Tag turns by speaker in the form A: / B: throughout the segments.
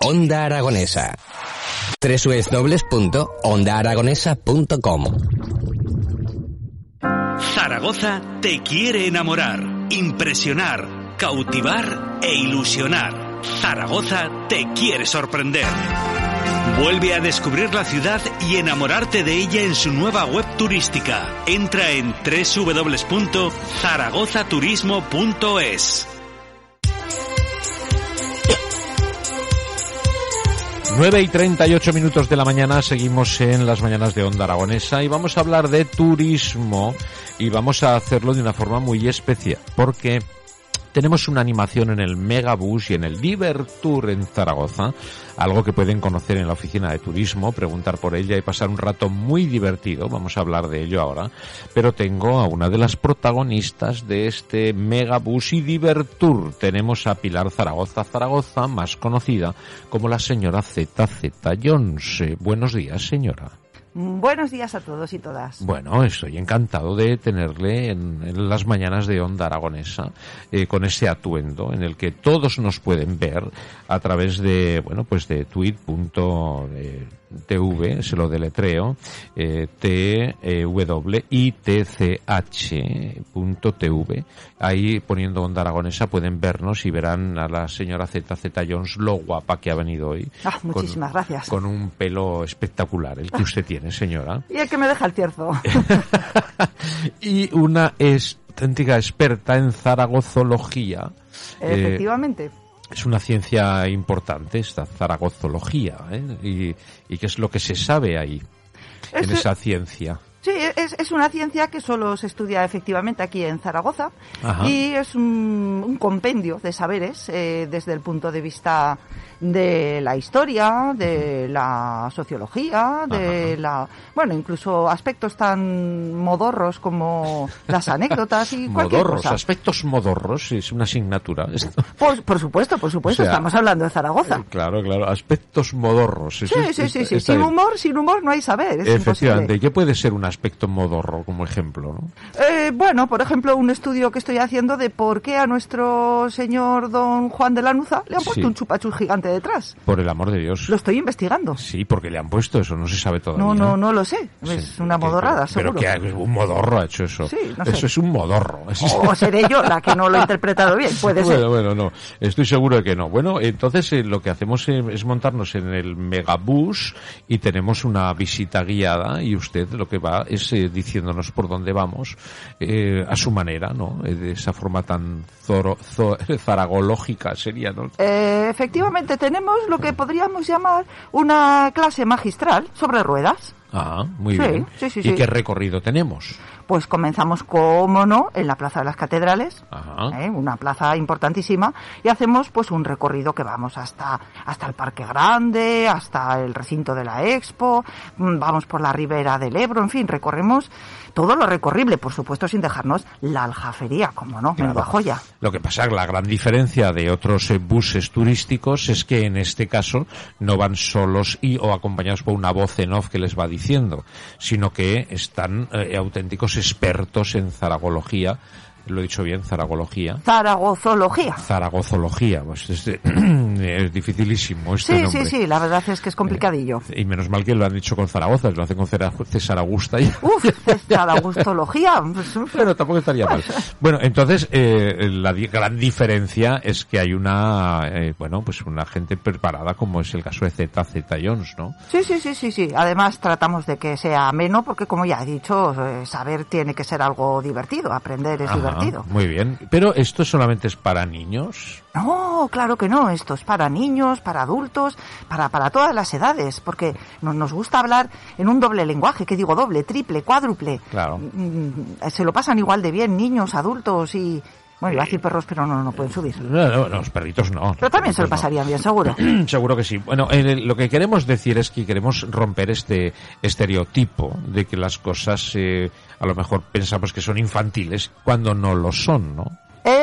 A: Onda Aragonesa. www.ondaaragonesa.com
B: Zaragoza te quiere enamorar, impresionar, cautivar e ilusionar. Zaragoza te quiere sorprender. Vuelve a descubrir la ciudad y enamorarte de ella en su nueva web turística. Entra en www.zaragozaturismo.es.
C: 9 y 38 minutos de la mañana seguimos en las mañanas de Onda Aragonesa y vamos a hablar de turismo y vamos a hacerlo de una forma muy especial porque tenemos una animación en el Megabus y en el Divertour en Zaragoza, algo que pueden conocer en la oficina de turismo, preguntar por ella y pasar un rato muy divertido, vamos a hablar de ello ahora, pero tengo a una de las protagonistas de este Megabus y Divertour. Tenemos a Pilar Zaragoza Zaragoza, más conocida como la señora ZZ Jones. Eh, Buenos días, señora.
D: Buenos días a todos y todas.
C: Bueno, estoy encantado de tenerle en, en las mañanas de Onda Aragonesa eh, con ese atuendo en el que todos nos pueden ver a través de, bueno, pues de tweet.tv, se lo deletreo, eh, t eh, w i t c h punto tv. Ahí poniendo Onda Aragonesa pueden vernos y verán a la señora ZZ Jones lo guapa que ha venido hoy.
D: Ah, muchísimas
C: con,
D: gracias.
C: Con un pelo espectacular, el que usted tiene, señora.
D: Y el que me deja el cierzo.
C: Eh, y una es- auténtica experta en zaragozología. Eh,
D: Efectivamente.
C: es una ciencia importante esta zaragozología. ¿eh? Y, y qué es lo que se sabe ahí, en
D: Es-
C: esa ciencia.
D: Sí, es, es una ciencia que solo se estudia efectivamente aquí en Zaragoza
C: Ajá.
D: y es un, un compendio de saberes eh, desde el punto de vista de la historia, de la sociología, de la... Bueno, incluso aspectos tan modorros como las anécdotas y cualquier
C: Modorros,
D: cosa.
C: aspectos modorros, es una asignatura. esto.
D: Por, por supuesto, por supuesto,
C: O sea,
D: estamos hablando de Zaragoza.
C: Eh, claro, claro, aspectos modorros. eso
D: Sí,
C: es-
D: sí, sí,
C: está-
D: sí.
C: está
D: Sin
C: bien.
D: humor, sin humor no hay saber. Es
C: Efectivamente,
D: imposible.
C: ¿y ¿qué puede ser un aspecto modorro como ejemplo? ¿no?
D: Eh, bueno, por ejemplo, un estudio que estoy haciendo de por qué a nuestro señor don Juan de Lanuza le han puesto
C: Sí.
D: un chupachus gigante detrás.
C: Por el amor de Dios.
D: Lo estoy investigando.
C: Sí, porque le han puesto eso, no se sabe todavía.
D: No, no, no lo sé. Es
C: Sí,
D: una
C: que-
D: modorrada,
C: pero,
D: seguro.
C: Pero que un modorro ha hecho eso.
D: Sí, no sé.
C: eso es un modorro.
D: O seré yo la que no lo he interpretado bien, puede ser.
C: Bueno, bueno, no, estoy seguro de que no. Bueno, entonces eh, lo que hacemos eh, es montarnos en el megabús y tenemos una visita guiada y usted lo que va es eh, diciéndonos por dónde vamos eh, a su manera, ¿no? Eh, de esa forma tan zoro, zo- zaragológica sería, ¿no?
D: Eh, efectivamente, tenemos lo que podríamos llamar una clase magistral sobre ruedas.
C: Ah, muy
D: Sí,
C: bien.
D: sí, sí,
C: ¿Y
D: sí.
C: qué recorrido tenemos?
D: Pues comenzamos, como no, en la Plaza de las Catedrales,
C: Ajá.
D: ¿eh? una plaza importantísima, y hacemos pues un recorrido que vamos hasta, hasta el Parque Grande, hasta el recinto de la Expo, mm, vamos por la ribera del Ebro, en fin, recorremos todo lo recorrible, por supuesto sin dejarnos la aljafería, como no, menuda
C: Claro.
D: joya.
C: Lo que pasa, la gran diferencia de otros eh, buses turísticos es que en este caso no van solos y o acompañados por una voz en off que les va diciendo, sino que están eh, auténticos expertos en zaragología, lo he dicho bien, zaragología,
D: Zaragozología.
C: zaragozología, pues es, de- es dificilísimo este
D: Sí,
C: nombre.
D: sí, sí, la verdad es que es complicadillo.
C: Y menos mal que lo han dicho con Zaragoza, lo hacen con Cera- César Augusta. y-
D: Uf, zaragozología.
C: pero tampoco estaría mal. Bueno, entonces eh, la di- gran diferencia es que hay una, eh, bueno, pues una gente preparada como es el caso de ZZ Jones, ¿no?
D: Sí, sí, sí, sí, sí. Además tratamos de que sea ameno porque, como ya he dicho, eh, saber tiene que ser algo divertido, aprender es
C: Ajá,
D: divertido.
C: Muy bien. Pero esto solamente es para niños.
D: No, claro que no, esto es para niños, para adultos, para, para todas las edades, porque no- nos gusta hablar en un doble lenguaje, que digo doble, triple, cuádruple.
C: Claro.
D: Mm, Se lo pasan igual de bien niños, adultos y... Bueno, iba a decir perros, pero no, no pueden subir.
C: No, no, los perritos no.
D: Pero también se
C: los perritos Eh, pues no.
D: lo pasarían bien, seguro.
C: Seguro que sí. Bueno, en el- lo que queremos decir es que queremos romper este estereotipo de que las cosas eh, a lo mejor pensamos que son infantiles cuando no lo son, ¿no?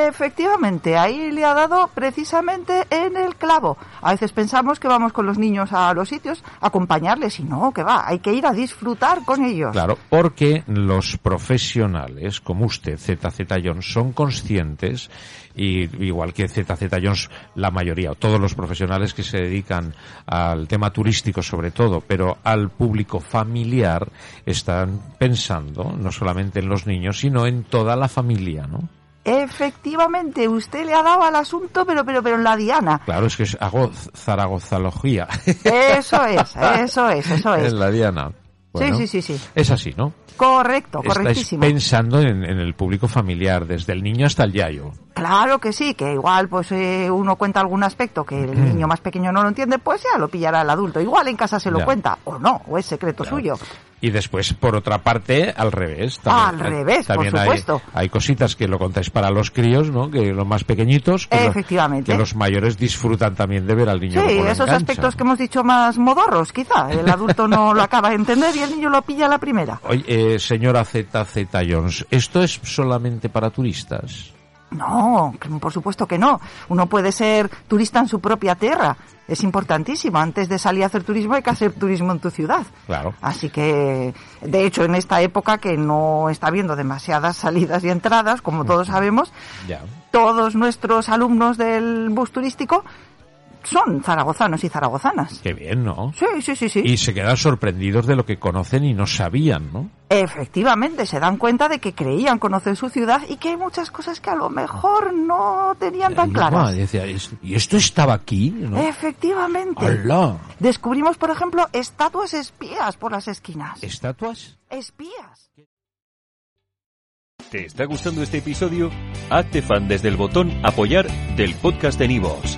D: Efectivamente, ahí le ha dado precisamente en el clavo. A veces pensamos que vamos con los niños a los sitios a acompañarles y no, que va, hay que ir a disfrutar con ellos.
C: Claro, porque los profesionales como usted, ZZ Jones, son conscientes, y igual que ZZ Jones, la mayoría, o todos los profesionales que se dedican al tema turístico sobre todo, pero al público familiar, están pensando no solamente en los niños, sino en toda la familia, ¿no?
D: Efectivamente, usted le ha dado al asunto, pero, pero, pero en la diana.
C: Claro, es que es- hago zaragozalogía
D: Eso es, eso es, eso es.
C: en la Diana. Bueno,
D: sí, sí, sí, sí.
C: Es así, ¿no?
D: Correcto,
C: Estáis
D: correctísimo.
C: pensando en, en el público familiar, desde el niño hasta el yayo.
D: Claro que sí, que igual pues eh, uno cuenta algún aspecto que el
C: Mm.
D: niño más pequeño no lo entiende, pues ya lo pillará el adulto. Igual en casa se lo
C: Ya.
D: cuenta, o no, o es secreto suyo.
C: Y después, por otra parte, al revés.
D: Ah, Al revés, por
C: hay-
D: supuesto.
C: Hay, cositas que lo contáis para los críos, ¿no? Que los más pequeñitos. Que lo-
D: Efectivamente.
C: que los mayores disfrutan también de ver al niño.
D: Sí,
C: cómo lo
D: esos
C: engancha,
D: aspectos
C: ¿no?
D: que hemos dicho más modorros, quizá. El adulto no lo acaba de entender y el niño lo pilla a la primera.
C: Oye, eh, señora ZZ Jones, ¿esto es solamente para turistas?
D: No, por supuesto que no. Uno puede ser turista en su propia tierra. Es importantísimo. Antes de salir a hacer turismo hay que hacer turismo en tu ciudad.
C: Claro.
D: Así que, de hecho, en esta época que no está habiendo demasiadas salidas y entradas, como todos sabemos,
C: Ya.
D: todos nuestros alumnos del bus turístico son zaragozanos y zaragozanas.
C: Qué bien, ¿no?
D: Sí, sí, sí, sí.
C: Y se quedan sorprendidos de lo que conocen y no sabían, ¿no?
D: Efectivamente, se dan cuenta de que creían conocer su ciudad y que hay muchas cosas que a lo mejor no tenían tan
C: Ah,
D: claras. Eh,
C: decía, "Es- y esto estaba aquí, ¿no?
D: Efectivamente.
C: ¡Hala!
D: Descubrimos, por ejemplo, estatuas espías por las esquinas.
C: ¿Estatuas?
D: Espías.
A: ¿Te está gustando este episodio? Hazte fan desde el botón Apoyar del podcast de Nivos.